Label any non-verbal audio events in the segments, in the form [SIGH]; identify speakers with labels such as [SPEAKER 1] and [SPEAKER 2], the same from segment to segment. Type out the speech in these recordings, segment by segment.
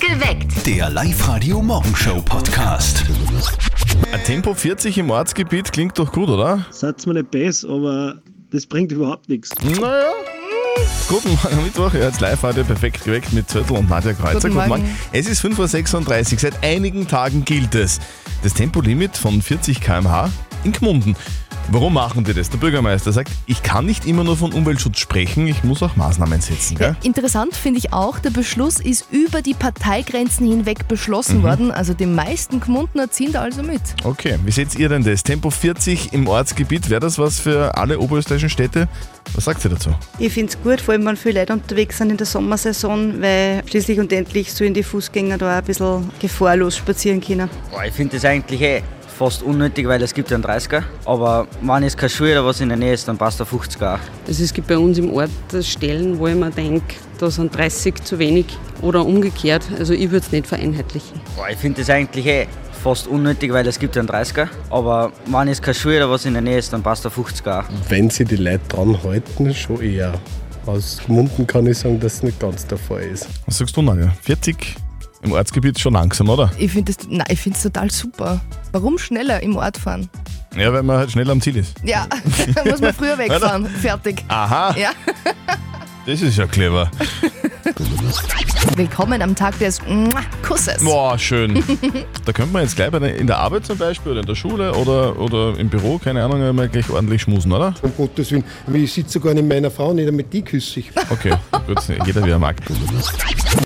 [SPEAKER 1] Geweckt.
[SPEAKER 2] Der Live-Radio-Morgenshow-Podcast.
[SPEAKER 3] Ein Tempo 40 im Ortsgebiet klingt doch gut, oder?
[SPEAKER 4] Seid mir nicht besser, aber das bringt überhaupt nichts.
[SPEAKER 3] Naja. Guten Morgen, Mittwoch. Ihr hört live heute perfekt geweckt mit Zöttl und Nadja Kreuzer.
[SPEAKER 5] Guten Morgen.
[SPEAKER 3] Es ist 5.36 Uhr. Seit einigen Tagen gilt es. Das Tempolimit von 40 km/h in Gmunden. Warum machen die das? Der Bürgermeister sagt, ich kann nicht immer nur von Umweltschutz sprechen, ich muss auch Maßnahmen setzen. Gell?
[SPEAKER 5] Äh, Interessant finde ich auch, der Beschluss ist über die Parteigrenzen hinweg beschlossen worden. Also die meisten Gmundner ziehen da also mit.
[SPEAKER 3] Okay, wie seht ihr denn das? Tempo 40 im Ortsgebiet, wäre das was für alle oberösterreichischen Städte? Was sagt ihr dazu?
[SPEAKER 6] Ich finde es gut, vor allem wenn viele Leute unterwegs sind in der Sommersaison, weil schließlich und endlich sollen die Fußgänger da auch ein bisschen gefahrlos spazieren können.
[SPEAKER 7] Boah, ich finde das eigentlich eh fast unnötig, weil es gibt ja einen 30er. Aber wenn es keine Schuhe oder was in der Nähe ist, dann passt der 50er auch.
[SPEAKER 8] Also es gibt bei uns im Ort Stellen, wo ich mir denke, da sind 30 zu wenig oder umgekehrt. Also ich würde es nicht vereinheitlichen.
[SPEAKER 7] Boah, ich finde das eigentlich eh fast unnötig, weil es gibt ja einen 30er. Aber wenn es keine Schuhe oder was in der Nähe ist, dann passt der 50er auch.
[SPEAKER 9] wenn sie die Leute dran halten, schon eher. Aus Munden kann ich sagen, dass es nicht ganz der Fall ist.
[SPEAKER 3] Was sagst du, Nadja? 40 im Ortsgebiet schon langsam, oder?
[SPEAKER 5] Ich finde das, nein, ich finde es total super. Warum schneller im Ort fahren?
[SPEAKER 3] Ja, weil man halt schnell am Ziel ist.
[SPEAKER 5] Ja, [LAUGHS] da muss man früher wegfahren. Fertig.
[SPEAKER 3] Aha,
[SPEAKER 5] Ja.
[SPEAKER 3] das ist ja clever.
[SPEAKER 5] Willkommen am Tag des Mua-
[SPEAKER 3] [LAUGHS]
[SPEAKER 5] Kusses.
[SPEAKER 3] Boah, schön. da könnte man jetzt gleich bei der, in der Arbeit zum Beispiel oder in der Schule oder, oder im Büro, keine Ahnung, einmal gleich ordentlich schmusen, oder?
[SPEAKER 10] Um Gottes Willen, ich sitze gar nicht mit meiner Frau, nicht damit die küsse ich.
[SPEAKER 3] Okay, gut, jeder wie er mag.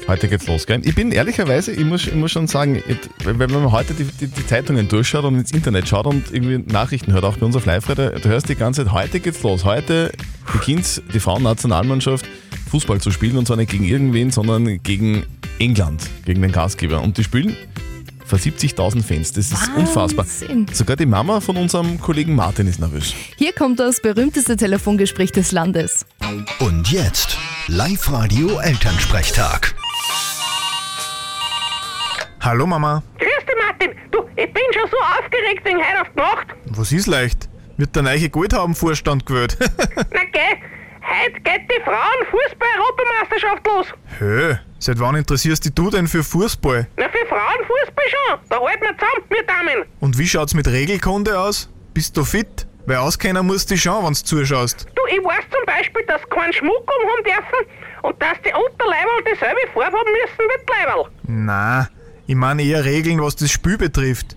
[SPEAKER 3] Heute geht's los, gell? Ich bin ehrlicherweise, ich muss, ich muss schon sagen, ich- weil- wenn man heute die, die, die Zeitungen durchschaut und ins Internet schaut und irgendwie Nachrichten hört, auch bei uns auf live da du hörst die ganze Zeit, heute geht's los. Heute beginnt die Frauennationalmannschaft Fußball zu spielen und zwar nicht gegen irgendwen, sondern gegen England, gegen den Gastgeber. Und die spielen vor 70.000 Fans. Das ist unfassbar.
[SPEAKER 5] Wahnsinn.
[SPEAKER 3] Sogar die Mama von unserem Kollegen Martin ist nervös.
[SPEAKER 5] Hier kommt das berühmteste Telefongespräch des Landes.
[SPEAKER 2] Und jetzt Live-Radio Elternsprechtag.
[SPEAKER 11] Hallo Mama.
[SPEAKER 12] Grüß dich, Martin. Du, ich bin schon so aufgeregt wegen heute auf die Nacht.
[SPEAKER 11] Was ist leicht? Wird der neue Goldhauben-Vorstand gewählt? [LAUGHS]
[SPEAKER 12] Na gell, heute geht die Frauenfußball-Europameisterschaft los.
[SPEAKER 11] Hö, seit wann interessierst dich du denn für Fußball?
[SPEAKER 12] Na, für Frauenfußball schon. Da halten wir zusammen, wir Damen.
[SPEAKER 11] Und wie schaut's mit Regelkunde aus? Bist du fit? Weil auskennen musst du schon, wenn's zuschaust.
[SPEAKER 12] Du, ich weiß zum Beispiel, dass sie keinen Schmuck umhaben dürfen und dass die Unterleiberl dieselbe Farbe haben müssen wie die Leiberl.
[SPEAKER 11] Na, ich meine eher Regeln, was das Spiel betrifft.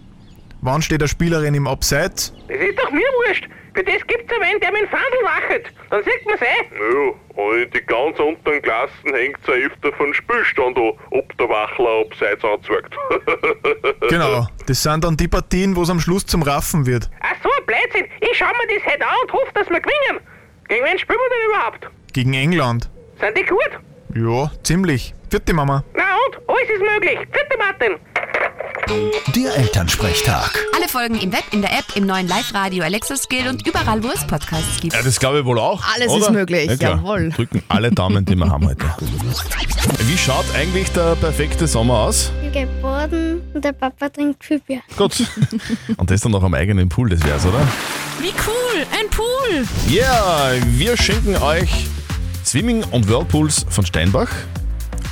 [SPEAKER 11] Wann steht der Spielerin im Abseits?
[SPEAKER 12] Das ist doch mir wurscht. Für das gibt's ja wen, der mit dem Fandel lachert. Dann sieht man's eh.
[SPEAKER 13] Ja, und in die ganz unteren Klassen hängt es öfter von Spielstand an, ob der Wachler abseits anzeigt.
[SPEAKER 11] Genau, das sind dann die Partien, wo's am Schluss zum Raffen wird.
[SPEAKER 12] Ach so, ein Blödsinn. Ich schau mir das heute an und hoffe, dass wir gewinnen. Gegen wen spielen wir denn überhaupt?
[SPEAKER 11] Gegen England.
[SPEAKER 12] Sind die gut?
[SPEAKER 11] Ja, ziemlich. Vierte Mama.
[SPEAKER 12] Na und? Alles ist möglich. Vierte Martin.
[SPEAKER 2] Der Elternsprechtag.
[SPEAKER 14] Alle Folgen im Web, in der App, im neuen Live-Radio Alexa Skill und überall, wo es Podcasts gibt.
[SPEAKER 3] Ja, das glaube ich wohl auch.
[SPEAKER 14] Alles
[SPEAKER 3] oder?
[SPEAKER 14] ist möglich,
[SPEAKER 3] ja, klar.
[SPEAKER 14] jawohl.
[SPEAKER 3] Drücken alle Daumen, die wir haben heute. Wie schaut eigentlich der perfekte Sommer aus?
[SPEAKER 15] bin geboren und der Papa trinkt viel Bier.
[SPEAKER 3] Gut. Und das dann noch am eigenen Pool, das wär's, oder?
[SPEAKER 15] Wie cool, ein Pool!
[SPEAKER 3] Ja, wir schenken euch Swimming und Whirlpools von Steinbach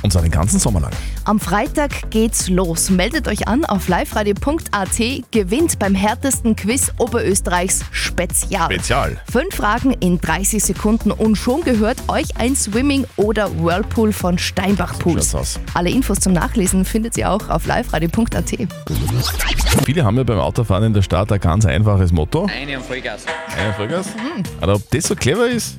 [SPEAKER 3] und zwar den ganzen Sommer lang.
[SPEAKER 5] Am Freitag geht's los. Meldet euch an auf liveradio.at, gewinnt beim härtesten Quiz Oberösterreichs Spezial.
[SPEAKER 3] Spezial.
[SPEAKER 5] Fünf Fragen in 30 Sekunden und schon gehört euch ein Swimming oder Whirlpool von Steinbach Pools. Alle Infos zum Nachlesen findet ihr auch auf liveradio.at.
[SPEAKER 3] Viele haben ja beim Autofahren in der Stadt ein ganz einfaches Motto.
[SPEAKER 16] Eine am Vollgas.
[SPEAKER 3] Eine Vollgas.
[SPEAKER 5] Mhm.
[SPEAKER 3] Aber ob das so clever ist,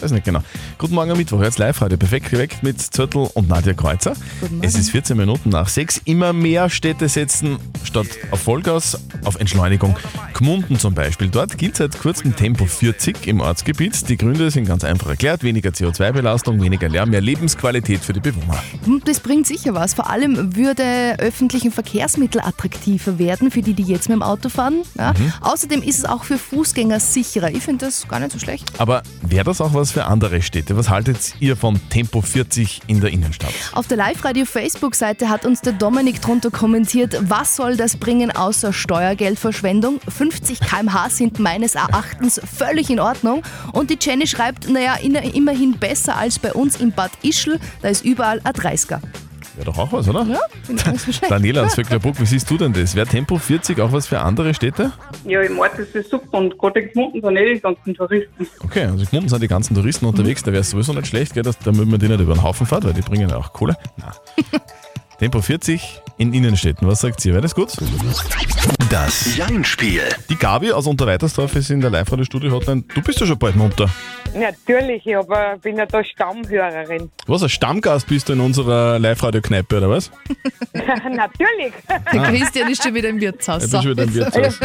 [SPEAKER 3] weiß nicht genau. Guten Morgen am Mittwoch, jetzt live heute. Perfekt geweckt mit Zürtel und Nadja Kreuzer.
[SPEAKER 5] Guten Morgen.
[SPEAKER 3] Es ist 14 Minuten nach 6. Immer mehr Städte setzen statt auf Vollgas auf Entschleunigung. Gmunden zum Beispiel. Dort gilt seit kurzem Tempo 40 im Ortsgebiet. Die Gründe sind ganz einfach erklärt. Weniger CO2-Belastung, weniger Lärm, mehr Lebensqualität für die Bewohner.
[SPEAKER 5] Hm, Das bringt sicher was. Vor allem würde öffentlichen Verkehrsmittel attraktiver werden für die, die jetzt mit dem Auto fahren. Ja?
[SPEAKER 3] Mhm.
[SPEAKER 5] Außerdem ist es auch für Fußgänger sicherer. Ich finde das gar nicht so schlecht.
[SPEAKER 3] Aber wäre das auch was für andere Städte? Was haltet ihr von Tempo 40 in der Innenstadt?
[SPEAKER 5] Auf der Live-Radio-Facebook-Seite hat uns der Dominik drunter kommentiert, was soll das bringen außer Steuergeldverschwendung? 50 km/h sind meines Erachtens völlig in Ordnung. Und die Jenny schreibt, naja, in- immerhin besser als bei uns in Bad Ischl, da ist überall ein 30er.
[SPEAKER 3] Wäre doch auch was, oder?
[SPEAKER 5] Ja, bin
[SPEAKER 3] [LAUGHS]
[SPEAKER 5] ich nicht so schlecht.
[SPEAKER 3] Daniela aus Vöcklerburg, wie siehst du denn das? Wäre Tempo 40 auch was für andere Städte?
[SPEAKER 1] Ja, im Ort ist es super und gerade gefunden sind eh die ganzen Touristen.
[SPEAKER 3] Okay, also ich sind die ganzen Touristen unterwegs, da wäre es sowieso nicht schlecht, gell, dass, damit man die nicht über den Haufen fährt, weil die bringen ja auch Kohle. Na. Tempo 40 in Innenstädten, was sagt ihr? Wäre das gut?
[SPEAKER 2] Das Jein-Spiel.
[SPEAKER 3] Die Gabi aus Unterweitersdorf ist in der Live-Radio-Studio Hotline. Du bist ja schon bald munter.
[SPEAKER 12] Natürlich, ich hab, äh, bin ja da Stammhörerin. [LAUGHS]
[SPEAKER 3] Was, ein Stammgast bist du in unserer Live-Radio-Kneipe, oder was? Ah.
[SPEAKER 12] Natürlich.
[SPEAKER 5] Der [LAUGHS] Christian ist schon wieder im Wirtshaus.
[SPEAKER 3] Ich bin schon wieder im Wirtshaus.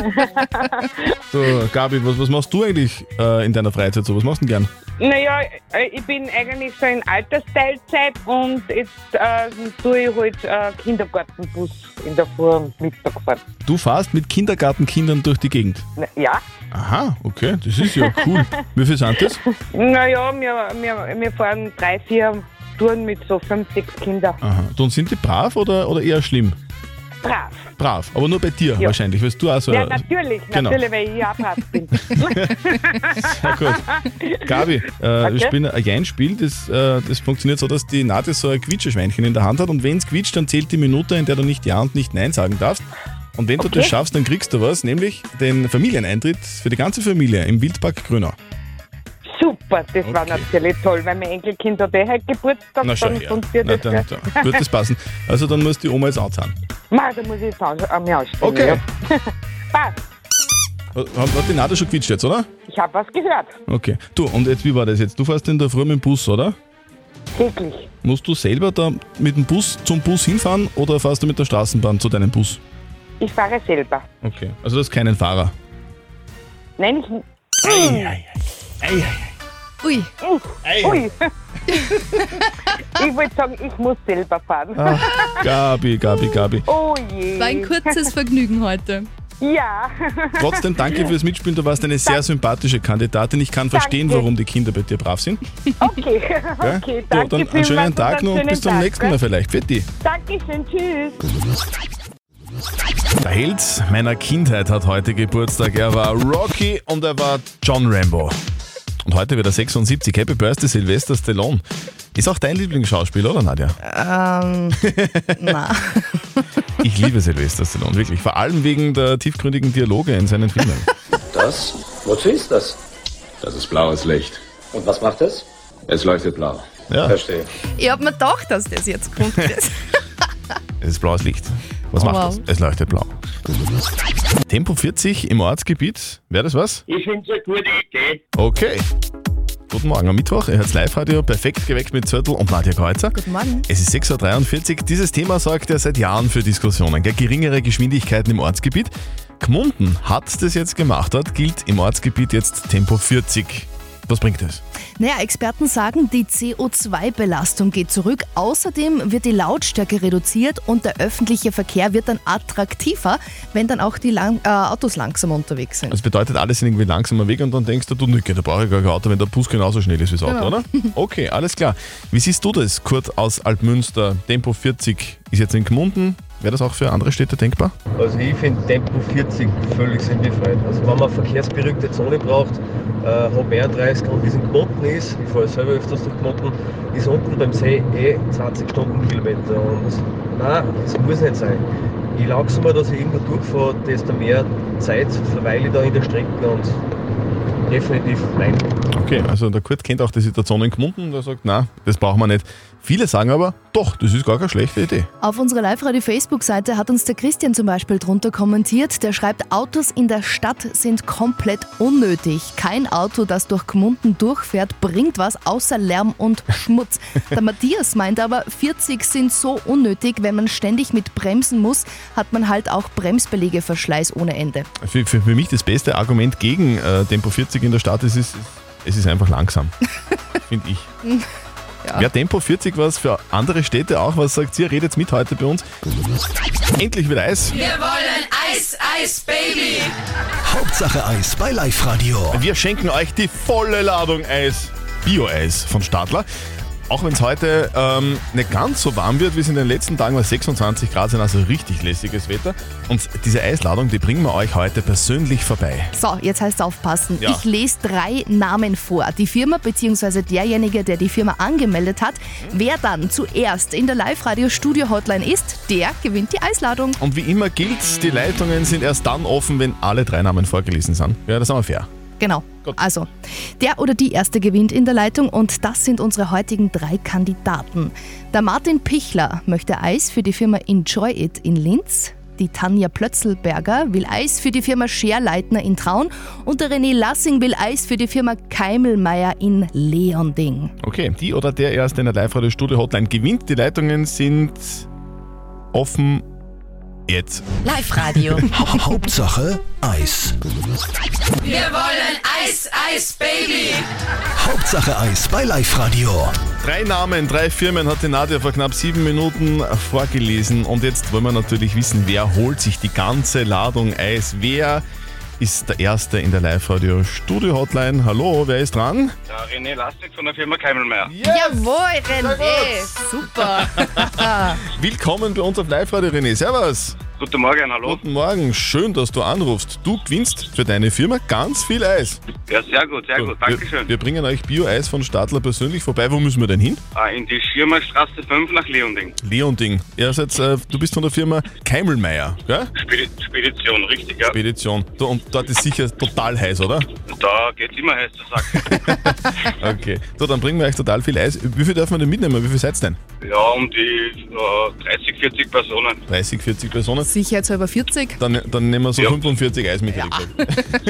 [SPEAKER 3] So, Gabi, was, was machst du eigentlich äh, in deiner Freizeit so? Was machst du denn gern?
[SPEAKER 12] Naja, äh, ich bin eigentlich so in Altersteilzeit und jetzt äh, tue ich halt äh, Kindergartenbus in der Früh und Mittag fahren.
[SPEAKER 3] Du fährst mit Kindergartenkindern durch die Gegend.
[SPEAKER 12] Na, ja.
[SPEAKER 3] Aha, okay, das ist ja cool. [LAUGHS] Wie viel sind das?
[SPEAKER 12] Naja, wir, wir, wir fahren drei, vier Touren mit so fünf, sechs Kindern.
[SPEAKER 3] Aha. Und sind die brav oder, oder eher schlimm?
[SPEAKER 12] Brav.
[SPEAKER 3] Brav, aber nur bei dir
[SPEAKER 12] Ja.
[SPEAKER 3] wahrscheinlich, weil du auch so
[SPEAKER 12] ja, natürlich,
[SPEAKER 3] Genau.
[SPEAKER 12] natürlich, weil ich auch brav
[SPEAKER 3] [LAUGHS]
[SPEAKER 12] bin.
[SPEAKER 3] Ja,
[SPEAKER 12] [LAUGHS]
[SPEAKER 3] gut. Gabi, äh, wir
[SPEAKER 12] Okay.
[SPEAKER 3] spielen ein Jein-Spiel, das, äh, das funktioniert so, dass die Nadel so ein Quietscheschweinchen in der Hand hat und wenn es quietscht, dann zählt die Minute, in der du nicht Ja und nicht Nein sagen darfst. Und wenn du
[SPEAKER 12] Okay.
[SPEAKER 3] das schaffst, dann kriegst du was, nämlich den Familieneintritt für die ganze Familie im Wildpark Grünau.
[SPEAKER 12] Super, das war natürlich toll, weil mein Enkelkind hat eh heute Geburtstag.
[SPEAKER 3] Na schau
[SPEAKER 12] dann-
[SPEAKER 3] her.
[SPEAKER 12] sonst wird
[SPEAKER 3] Na,
[SPEAKER 12] das
[SPEAKER 3] dann, dann wird das passen. Also dann muss die Oma jetzt anzahlen.
[SPEAKER 12] Nein, da muss ich jetzt auch- an mir ausstellen.
[SPEAKER 3] Okay.
[SPEAKER 12] Ja. [LAUGHS] Passt,
[SPEAKER 3] Hat hat die Nadel schon quietscht jetzt, oder?
[SPEAKER 12] ich habe was gehört.
[SPEAKER 3] Okay. Du, und jetzt, wie war das jetzt? Du fährst in der Früh mit dem Bus, oder?
[SPEAKER 12] Täglich.
[SPEAKER 3] Musst du selber da mit dem Bus zum Bus hinfahren oder fährst du mit der Straßenbahn zu deinem Bus?
[SPEAKER 12] Ich fahre selber.
[SPEAKER 3] Okay. Also du hast keinen Fahrer.
[SPEAKER 12] Nein, ich.
[SPEAKER 5] Ui.
[SPEAKER 12] Ui. [LAUGHS] ich würde sagen, ich muss selber fahren.
[SPEAKER 3] Ach, Gabi, Gabi, Gabi.
[SPEAKER 12] Oh je.
[SPEAKER 5] War ein kurzes Vergnügen heute.
[SPEAKER 12] Ja.
[SPEAKER 3] Trotzdem danke fürs Mitspielen. Du warst eine sehr sympathische Kandidatin. Ich kann verstehen,
[SPEAKER 12] Danke.
[SPEAKER 3] warum die Kinder bei dir brav sind. [LAUGHS]
[SPEAKER 12] Okay,
[SPEAKER 3] Gell?
[SPEAKER 12] okay,
[SPEAKER 3] du,
[SPEAKER 12] danke.
[SPEAKER 3] dann einen
[SPEAKER 12] vielmals
[SPEAKER 3] schönen
[SPEAKER 12] und
[SPEAKER 3] Tag
[SPEAKER 12] einen
[SPEAKER 3] noch und
[SPEAKER 12] schönen
[SPEAKER 3] bis zum
[SPEAKER 12] Tag,
[SPEAKER 3] nächsten Mal
[SPEAKER 12] gell?
[SPEAKER 3] vielleicht. Fetti.
[SPEAKER 12] Dankeschön, tschüss.
[SPEAKER 3] Der Held meiner Kindheit hat heute Geburtstag. Er war Rocky und er war John Rambo. Und heute wird er 76. Happy Birthday, Sylvester Stallone. Ist auch dein Lieblingsschauspieler, oder Nadja? [LAUGHS]
[SPEAKER 5] Ähm, na.
[SPEAKER 3] Ich liebe Sylvester Stallone, wirklich. Vor allem wegen der tiefgründigen Dialoge in seinen Filmen.
[SPEAKER 17] Das? Wozu ist das? Das ist blaues Licht. Und was macht es? Es leuchtet blau.
[SPEAKER 3] Ja.
[SPEAKER 17] Verstehe.
[SPEAKER 5] Ich hab mir gedacht, dass das jetzt [LAUGHS] kommt.
[SPEAKER 3] Es ist blaues Licht. Was macht
[SPEAKER 5] Oh, Wow.
[SPEAKER 3] das? Es leuchtet blau. Tempo 40 im Ortsgebiet. Wäre das was?
[SPEAKER 18] Ich finde es eine gute Idee.
[SPEAKER 3] Okay. Guten Morgen am Mittwoch. Ihr hört Live-Radio, perfekt geweckt mit Zürtel und Nadja Kreuzer. Guten
[SPEAKER 5] Morgen.
[SPEAKER 3] Es ist 6.43 Uhr. Dieses Thema sorgt ja seit Jahren für Diskussionen. Gell? Geringere Geschwindigkeiten im Ortsgebiet. Gmunden hat das jetzt gemacht. Dort gilt im Ortsgebiet jetzt Tempo 40. Was bringt das?
[SPEAKER 5] Naja, Experten sagen, die CO2-Belastung geht zurück. Außerdem wird die Lautstärke reduziert und der öffentliche Verkehr wird dann attraktiver, wenn dann auch die lang, äh, Autos langsam unterwegs sind.
[SPEAKER 3] Das bedeutet, alles sind irgendwie langsamer Weg und dann denkst du, du Nücke, da brauche ich gar kein Auto, wenn der Bus genauso schnell ist wie das Auto,
[SPEAKER 5] Genau.
[SPEAKER 3] oder? Okay, alles klar. Wie siehst du das, Kurt aus Altmünster? Tempo 40 ist jetzt in Gmunden. Wäre das auch für andere Städte denkbar?
[SPEAKER 7] Also ich finde Tempo 40 völlig sinnbefreit. Also wenn man verkehrsberuhigte Zone braucht, äh, Homer 30 und wie es in Knoten ist, ich fahre selber öfters durch Knoten, ist unten beim See eh 20 Stundenkilometer. Und nein, das muss nicht sein. Je langsamer dass ich irgendwo durchfahre, desto mehr Zeit verweile ich da in der Strecke und definitiv nein.
[SPEAKER 3] Okay, also der Kurt kennt auch die Situation in Gmunden und er sagt, na, das brauchen wir nicht. Viele sagen aber, doch, das ist gar keine schlechte Idee.
[SPEAKER 5] Auf unserer Live-Radio-Facebook-Seite hat uns der Christian zum Beispiel drunter kommentiert. Der schreibt, Autos in der Stadt sind komplett unnötig. Kein Auto, das durch Gmunden durchfährt, bringt was außer Lärm und Schmutz. Der Matthias meint aber, 40 sind so unnötig, wenn man ständig mit bremsen muss, hat man halt auch Bremsbelegeverschleiß ohne Ende.
[SPEAKER 3] Für, für, für mich das beste Argument gegen äh, Tempo 40 in der Stadt ist, es ist, es ist einfach langsam. Finde ich. Ja. Wäre Tempo 40 was für andere Städte auch? Was sagt ihr? Redet mit heute bei uns. Endlich wieder Eis.
[SPEAKER 2] Wir
[SPEAKER 14] wollen Eis, Eis, Baby.
[SPEAKER 2] Hauptsache Eis bei
[SPEAKER 3] [LAUGHS]
[SPEAKER 2] Live-Radio.
[SPEAKER 3] Wir schenken euch die volle Ladung Eis. Bio-Eis von Stadler. Auch wenn es heute ähm, nicht ganz so warm wird, wie es in den letzten Tagen war, 26 Grad sind also richtig lässiges Wetter. Und diese Eisladung, die bringen wir euch heute persönlich vorbei.
[SPEAKER 5] So, jetzt heißt es aufpassen.
[SPEAKER 3] Ja.
[SPEAKER 5] Ich lese drei Namen vor. Die Firma bzw. derjenige, der die Firma angemeldet hat. Wer dann zuerst in der Live-Radio-Studio-Hotline ist, der gewinnt die Eisladung.
[SPEAKER 3] Und wie immer gilt, die Leitungen sind erst dann offen, wenn alle drei Namen vorgelesen sind. Ja, das haben wir fair.
[SPEAKER 5] Genau. Also, der oder die Erste gewinnt in der Leitung und das sind unsere heutigen drei Kandidaten. Der Martin Pichler möchte Eis für die Firma Enjoy It in Linz. Die Tanja Plötzelberger will Eis für die Firma Scherleitner in Traun und der René Lassing will Eis für die Firma Keimelmeier in Leonding.
[SPEAKER 3] Okay, die oder der Erste in der Live-Radio-Studio-Hotline gewinnt. Die Leitungen sind offen jetzt.
[SPEAKER 14] Live-Radio.
[SPEAKER 2] Hauptsache Eis.
[SPEAKER 14] Wir wollen Eis, Eis, Baby.
[SPEAKER 2] Hauptsache Eis bei Live-Radio.
[SPEAKER 3] Drei Namen, drei Firmen hat die Nadja vor knapp sieben Minuten vorgelesen. Und jetzt wollen wir natürlich wissen, wer holt sich die ganze Ladung Eis? Wer ist der Erste in der Live-Radio-Studio-Hotline? Hallo, wer ist dran?
[SPEAKER 18] Der René Lastig von der Firma Keimelmeier.
[SPEAKER 5] Jawohl, René. Super.
[SPEAKER 3] Willkommen bei uns auf Live-Radio, René. Servus.
[SPEAKER 18] Guten Morgen, hallo.
[SPEAKER 3] Guten Morgen, schön, dass du anrufst. Du gewinnst für deine Firma ganz viel Eis.
[SPEAKER 18] Ja, sehr gut, sehr gut,
[SPEAKER 3] Wir,
[SPEAKER 18] Dankeschön.
[SPEAKER 3] wir bringen euch Bio-Eis von Stadler persönlich vorbei. Wo müssen wir denn hin?
[SPEAKER 18] Ah, In die Schirmerstraße 5 nach Leonding.
[SPEAKER 3] Leonding. Ihr seid, äh, du bist von der Firma Keimelmeier, gell?
[SPEAKER 18] Spedi- Spedition, richtig, ja.
[SPEAKER 3] Spedition. Du, und dort ist sicher total heiß, oder?
[SPEAKER 18] Da geht's immer heiß zur
[SPEAKER 12] [LAUGHS]
[SPEAKER 18] Sache.
[SPEAKER 3] Okay. So, dann bringen wir euch total viel Eis. Wie viel dürfen wir denn mitnehmen? Wie viel seid ihr denn?
[SPEAKER 18] ja, um die äh, 30, 40 Personen.
[SPEAKER 3] 30, 40 Personen?
[SPEAKER 5] Sicherheitshalber 40.
[SPEAKER 3] Dann, dann nehmen wir so 45 Eis mit. hätte ich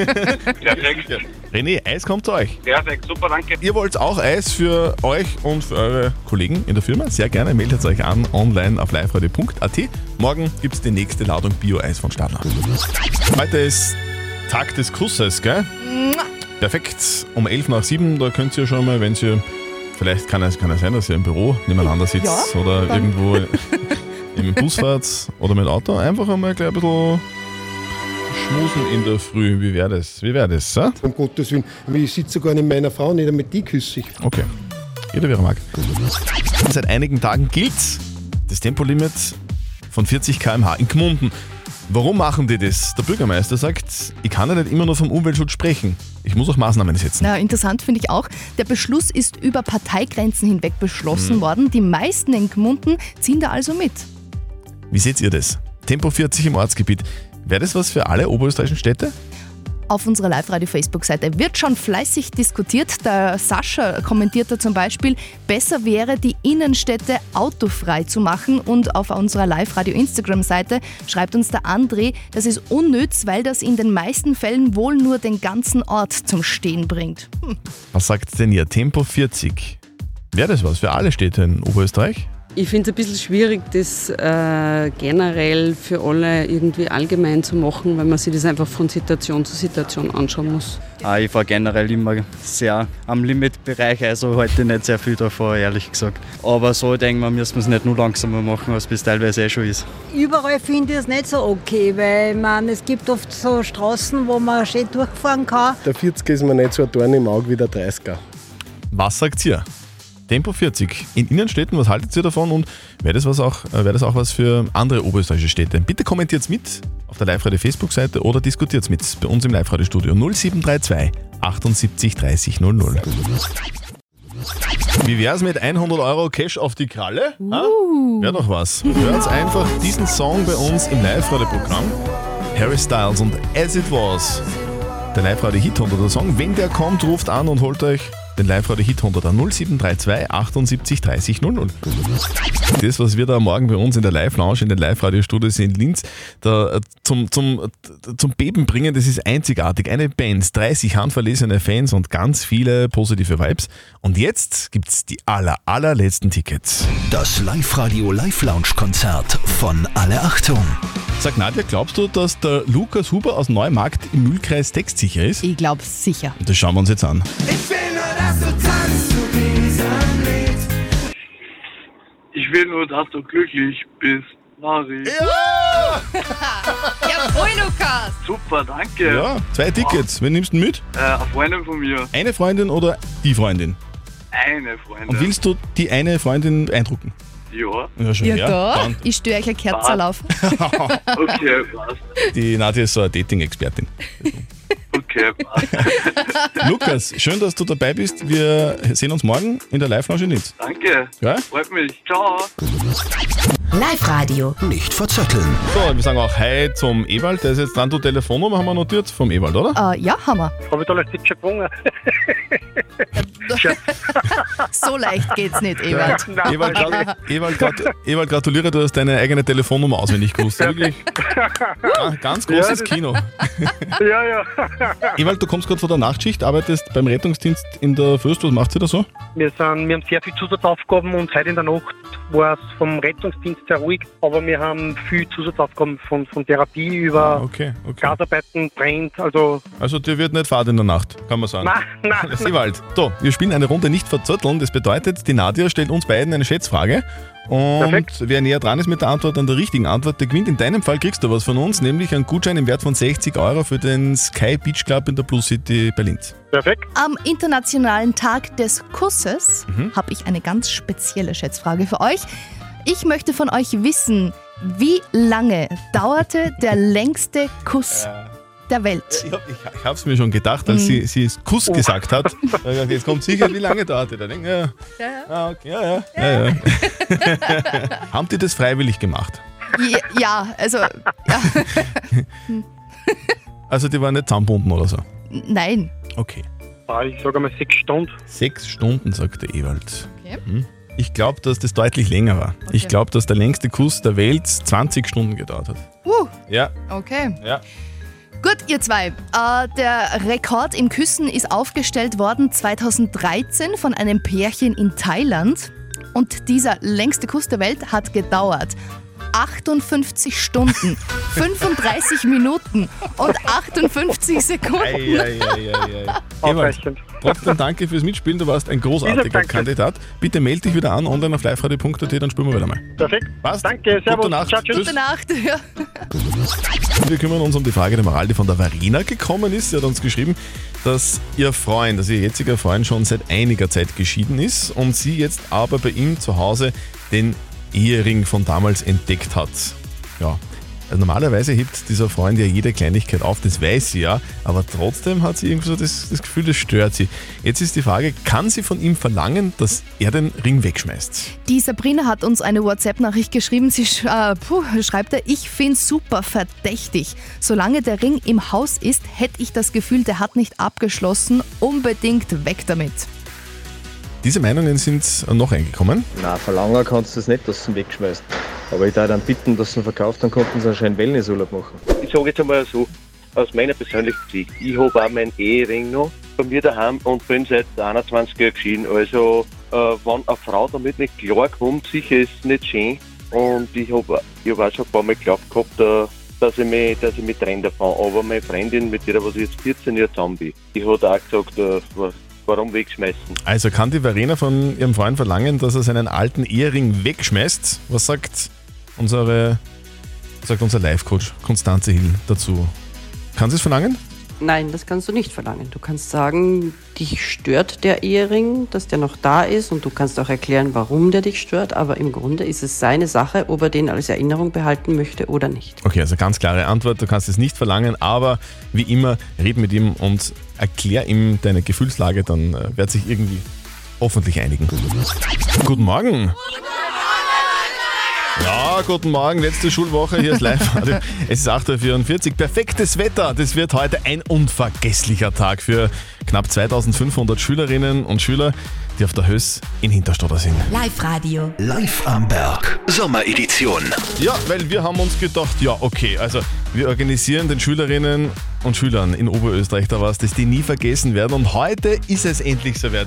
[SPEAKER 3] gesagt.
[SPEAKER 18] Perfekt.
[SPEAKER 3] René, Eis kommt zu euch.
[SPEAKER 18] Perfekt, super, danke.
[SPEAKER 3] Ihr wollt auch Eis für euch und für eure Kollegen in der Firma? Sehr gerne meldet euch an online auf liveradio.at. Morgen gibt es die nächste Ladung Bio-Eis von Stadler. Heute ist Tag des Kusses, gell? Perfekt. Um 11 nach 7, da könnt ihr schon mal, wenn ihr, vielleicht kann es, kann es sein, dass ihr im Büro nebeneinander sitzt
[SPEAKER 5] Ja,
[SPEAKER 3] oder
[SPEAKER 5] dann- [LAUGHS]
[SPEAKER 3] irgendwo im Bus fahrt oder mit Auto, einfach einmal gleich ein bisschen schmusen in der Früh. Wie wäre das? Wie wäre das? eh? So?
[SPEAKER 10] Um Gottes Willen, ich sitze gar nicht meiner Frau, nicht damit die küsse ich.
[SPEAKER 3] Okay. Jeder, wie er mag. Seit einigen Tagen gilt das Tempolimit von 40 km/h in Gmunden. Warum machen die das? Der Bürgermeister sagt, ich kann ja nicht immer nur vom Umweltschutz sprechen. Ich muss auch Maßnahmen setzen.
[SPEAKER 5] Na, interessant finde ich auch, der Beschluss ist über Parteigrenzen hinweg beschlossen
[SPEAKER 3] Mhm.
[SPEAKER 5] worden. Die meisten in Gmunden ziehen da also mit.
[SPEAKER 3] Wie seht ihr das? Tempo 40 im Ortsgebiet. Wäre das was für alle oberösterreichischen Städte?
[SPEAKER 5] Auf unserer Live-Radio-Facebook-Seite wird schon fleißig diskutiert. Der Sascha kommentiert da zum Beispiel, besser wäre, die Innenstädte autofrei zu machen. Und auf unserer Live-Radio-Instagram-Seite schreibt uns der André, das ist unnütz, weil das in den meisten Fällen wohl nur den ganzen Ort zum Stehen bringt. Hm.
[SPEAKER 3] Was sagt denn ihr? Tempo 40. Wäre das was für alle Städte in Oberösterreich?
[SPEAKER 6] Ich finde es ein bisschen schwierig, das äh, generell für alle irgendwie allgemein zu machen, weil man sich das einfach von Situation zu Situation anschauen muss.
[SPEAKER 19] Ah, ich fahre generell immer sehr am Limitbereich, also heute nicht sehr viel davor, ehrlich gesagt. Aber so denken wir, müssen wir es nicht nur langsamer machen, als bis teilweise eh schon ist.
[SPEAKER 20] Überall finde ich es nicht so okay, weil man, es gibt oft so Straßen, wo man schön durchfahren kann.
[SPEAKER 9] Der 40er ist mir nicht so ein Dorn im Auge wie der 30er.
[SPEAKER 3] Was sagt ihr? Tempo 40 in Innenstädten, was haltet ihr davon und wäre das, was auch, äh, wäre das auch was für andere oberösterreichische Städte? Bitte kommentiert mit auf der Live-Radio Facebook-Seite oder diskutiert mit bei uns im Live-Radio-Studio 0732 78 30 00. Wie wär's mit 100 Euro Cash auf die Kralle? Uh. Wäre doch was. Hört einfach diesen Song bei uns im Live-Radio-Programm. Harry Styles und As It Was. Der Live-Radio-Hit 100er Song. Wenn der kommt, ruft an und holt euch den Live-Radio-Hit 100er 0732 78 30 00. Das, was wir da morgen bei uns in der Live-Lounge, in den Live-Radio-Studios in Linz da, äh, zum, zum, äh, zum Beben bringen, das ist einzigartig. Eine Band, 30 handverlesene Fans und ganz viele positive Vibes. Und jetzt gibt's die aller, allerletzten Tickets.
[SPEAKER 2] Das Live-Radio Live-Lounge-Konzert von Alle Achtung.
[SPEAKER 3] Sag Nadja, glaubst du, dass der Lukas Huber aus Neumarkt im Mühlkreis textsicher ist?
[SPEAKER 5] Ich glaub's sicher.
[SPEAKER 3] Das schauen wir uns jetzt an.
[SPEAKER 21] Ich will nur, dass du tanzt zu diesem Lied.
[SPEAKER 22] Ich will nur, dass du glücklich bist, Mari.
[SPEAKER 3] Ja!
[SPEAKER 5] Jawohl, Lukas!
[SPEAKER 22] Super, danke.
[SPEAKER 3] Ja, zwei Tickets. Wen nimmst du mit?
[SPEAKER 22] Äh, eine Freundin von mir.
[SPEAKER 3] Eine Freundin oder die Freundin?
[SPEAKER 22] eine Freundin.
[SPEAKER 3] Und willst du die eine Freundin beeindrucken?
[SPEAKER 22] Ja.
[SPEAKER 3] schon
[SPEAKER 5] Ja,
[SPEAKER 3] her.
[SPEAKER 5] da.
[SPEAKER 3] Dann.
[SPEAKER 5] Ich störe euch ein Kerzel auf.
[SPEAKER 22] Okay, passt.
[SPEAKER 3] Die Nadja ist so eine Dating-Expertin.
[SPEAKER 22] Okay,
[SPEAKER 3] Lukas, schön, dass du dabei bist. Wir sehen uns morgen in der Live-Lounge in Linz.
[SPEAKER 22] danke.
[SPEAKER 3] Ja?
[SPEAKER 22] Freut mich. Ciao.
[SPEAKER 14] Live-Radio.
[SPEAKER 3] Nicht verzetteln. So, wir sagen auch Hi zum Ewald. Der ist jetzt dran, du Telefonnummer haben wir notiert vom Ewald, oder?
[SPEAKER 5] Äh, ja, Hammer.
[SPEAKER 4] Habe ich da leicht nicht schon gewonnen? [LAUGHS]
[SPEAKER 5] So leicht geht's
[SPEAKER 22] [LAUGHS]
[SPEAKER 5] nicht, Ewald.
[SPEAKER 3] Ja, Ewald, gratu- Ewald, gratu- Ewald, gratuliere, du hast deine eigene Telefonnummer auswendig gewusst. Wirklich ga- ganz
[SPEAKER 22] Ja,
[SPEAKER 3] großes
[SPEAKER 22] das- [LAUGHS]
[SPEAKER 3] Kino.
[SPEAKER 22] Ja, ja.
[SPEAKER 3] Ewald, du kommst gerade von der Nachtschicht, arbeitest beim Rettungsdienst in der Fürst. Was macht ihr da so?
[SPEAKER 4] Wir, sind, wir haben sehr viele Zusatzaufgaben und heute in der Nacht war es vom Rettungsdienst sehr ruhig, aber wir haben viel Zusatzaufgaben von, von Therapie über Gasarbeiten, Brand, also
[SPEAKER 3] Also dir wird nicht Fahrt in der Nacht, kann man sagen.
[SPEAKER 4] Nein, nein,
[SPEAKER 3] Das ist
[SPEAKER 4] nein.
[SPEAKER 3] Ewald. So, wir spielen eine Runde nicht verzötteln. Das bedeutet, die Nadja stellt uns beiden eine Schätzfrage. Und wer näher dran ist mit der Antwort an der richtigen Antwort, der gewinnt. In deinem Fall kriegst du was von uns, nämlich einen Gutschein im Wert von 60 Euro für den Sky Beach Club in der Plus City Berlin.
[SPEAKER 4] Perfekt.
[SPEAKER 5] Am Internationalen Tag des Kusses habe ich eine ganz spezielle Schätzfrage für euch. Ich möchte von euch wissen, wie lange dauerte der längste Kuss der Welt?
[SPEAKER 3] Ich habe es mir schon gedacht, als
[SPEAKER 5] Mhm.
[SPEAKER 3] sie, sie es Kuss gesagt hat. Da hab ich gedacht, Jetzt kommt sicher, wie lange dauert der? Da denk ich, Ja,
[SPEAKER 5] Ja,
[SPEAKER 3] ja. Okay, ja, ja. ja, ja. [LAUGHS] Haben die das freiwillig gemacht?
[SPEAKER 5] Ja, ja, also
[SPEAKER 3] Also die waren nicht zusammenbunden oder so?
[SPEAKER 5] nein.
[SPEAKER 3] Okay.
[SPEAKER 4] Ah, ich sage mal sechs Stunden.
[SPEAKER 3] Sechs Stunden, sagt der Ewald.
[SPEAKER 5] Okay.
[SPEAKER 3] Hm. Ich glaube, dass das deutlich länger war. Ich glaube, dass der längste Kuss der Welt 20 Stunden gedauert hat.
[SPEAKER 5] Uh,
[SPEAKER 3] Ja,
[SPEAKER 5] okay.
[SPEAKER 3] ja.
[SPEAKER 5] Gut, ihr zwei. Äh, der Rekord im Küssen ist aufgestellt worden 2013 von einem Pärchen in Thailand. Und dieser längste Kuss der Welt hat gedauert 58 Stunden, 35 Minuten und 58 Sekunden.
[SPEAKER 4] [LAUGHS]
[SPEAKER 3] Ewald, trotzdem danke fürs Mitspielen. Du warst ein
[SPEAKER 4] Vielen
[SPEAKER 3] großartiger
[SPEAKER 4] Dank.
[SPEAKER 3] Kandidat. Bitte melde dich wieder an, online auf liveradio.at, dann spielen wir wieder mal.
[SPEAKER 4] Perfekt.
[SPEAKER 3] Passt.
[SPEAKER 4] Danke, servus.
[SPEAKER 3] Gute Nacht.
[SPEAKER 4] Ciao, tschüss.
[SPEAKER 3] Tschüss.
[SPEAKER 5] Gute Nacht. Ja.
[SPEAKER 3] Wir kümmern uns um die Frage der Moral, die von der Verena gekommen ist. Sie hat uns geschrieben, dass ihr Freund, also ihr jetziger Freund, schon seit einiger Zeit geschieden ist und sie jetzt aber bei ihm zu Hause den Ehering von damals entdeckt hat. Ja. also Normalerweise hebt dieser Freund ja jede Kleinigkeit auf, das weiß sie ja, aber trotzdem hat sie irgendwie so das, das Gefühl, das stört sie. Jetzt ist die Frage, kann sie von ihm verlangen, dass er den Ring wegschmeißt?
[SPEAKER 5] Die Sabrina hat uns eine WhatsApp-Nachricht geschrieben. Sie sch äh, puh, schreibt da, ich find's super verdächtig. Solange der Ring im Haus ist, hätte ich das Gefühl, der hat nicht abgeschlossen. Unbedingt weg damit.
[SPEAKER 3] Diese Meinungen sind noch eingekommen.
[SPEAKER 7] Na, verlangen kannst du es nicht, dass du ihn wegschmeißt. Aber ich darf dann bitten, dass du ihn verkauft, dann konnten sie anscheinend Wellnessurlaub machen.
[SPEAKER 23] Ich sage jetzt einmal so, aus meiner persönlichen Sicht, ich habe auch meinen Ehering noch bei mir daheim und bin seit 21 Jahren geschieden. Also, äh, wenn eine Frau damit nicht klarkommt, sicher ist es nicht schön. Und ich habe ich hab auch schon ein paar Mal geglaubt gehabt, äh, dass ich mich, dass ich mich trenne davon. Aber meine Freundin, mit der was ich jetzt 14 Jahre zusammen bin, die hat auch gesagt, äh, wa- warum wegschmeißen?
[SPEAKER 3] Also kann die Verena von ihrem Freund verlangen, dass er seinen alten Ehering wegschmeißt? Was sagt unsere, was sagt unser Live-Coach Konstanze Hill dazu? Kann sie es verlangen?
[SPEAKER 24] Nein, das kannst du nicht verlangen. Du kannst sagen, dich stört der Ehering, dass der noch da ist und du kannst auch erklären, warum der dich stört, aber im Grunde ist es seine Sache, ob er den als Erinnerung behalten möchte oder nicht.
[SPEAKER 3] Okay, also ganz klare Antwort, du kannst es nicht verlangen, aber wie immer, red mit ihm und erklär ihm deine Gefühlslage, dann äh, wird sich irgendwie hoffentlich einigen. Guten Morgen! Ja, guten Morgen, letzte Schulwoche, hier ist live Radio. Es ist 8.44 Uhr, perfektes Wetter. Das wird heute ein unvergesslicher Tag für knapp 2500 Schülerinnen und Schüler, die auf der Höss in Hinterstoder sind.
[SPEAKER 14] Live-Radio.
[SPEAKER 2] Live am Berg. Sommeredition.
[SPEAKER 3] Ja, weil wir haben uns gedacht, ja, okay, also wir organisieren den Schülerinnen und Schülern in Oberösterreich da was, das die nie vergessen werden. Und heute ist es endlich soweit.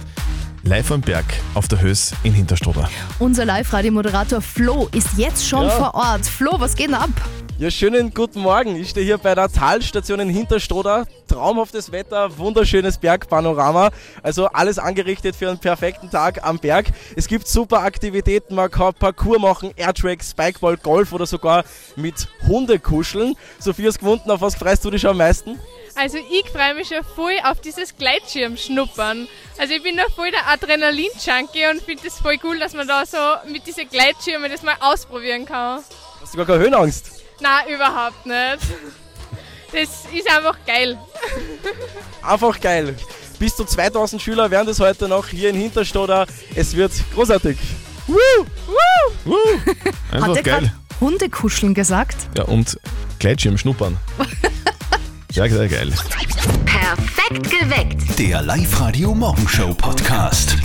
[SPEAKER 3] Live am Berg auf der Höss in Hinterstoder.
[SPEAKER 5] Unser Live-Radio-Moderator Flo ist jetzt schon
[SPEAKER 25] Ja.
[SPEAKER 5] vor Ort. Flo, was geht denn ab?
[SPEAKER 25] Ja, schönen guten Morgen. Ich stehe hier bei der Talstation in Hinterstoder. Traumhaftes Wetter, wunderschönes Bergpanorama. Also alles angerichtet für einen perfekten Tag am Berg. Es gibt super Aktivitäten. Man kann Parkour machen, Airtrack, Spikeball, Golf oder sogar mit Hundekuscheln. Sophia ist gewunden. Auf was freust du dich am meisten?
[SPEAKER 26] Also ich freue mich schon voll auf dieses Gleitschirmschnuppern. Also ich bin da voll der Adrenalin-Junkie und finde es voll cool, dass man da so mit diesen Gleitschirmen das mal ausprobieren kann.
[SPEAKER 12] Hast du gar keine Höhenangst?
[SPEAKER 26] Nein, überhaupt nicht. Das ist einfach geil.
[SPEAKER 12] Einfach geil. Bis zu 2000 Schüler werden das heute noch hier in Hinterstoder. Es wird großartig.
[SPEAKER 5] Woo! Woo!
[SPEAKER 3] Einfach
[SPEAKER 5] Hat
[SPEAKER 3] geil.
[SPEAKER 5] er gerade Hundekuscheln gesagt?
[SPEAKER 3] Ja, und Gleitschirm schnuppern. Sehr, sehr geil.
[SPEAKER 14] Perfekt geweckt.
[SPEAKER 2] Der Live-Radio Morgenshow Podcast.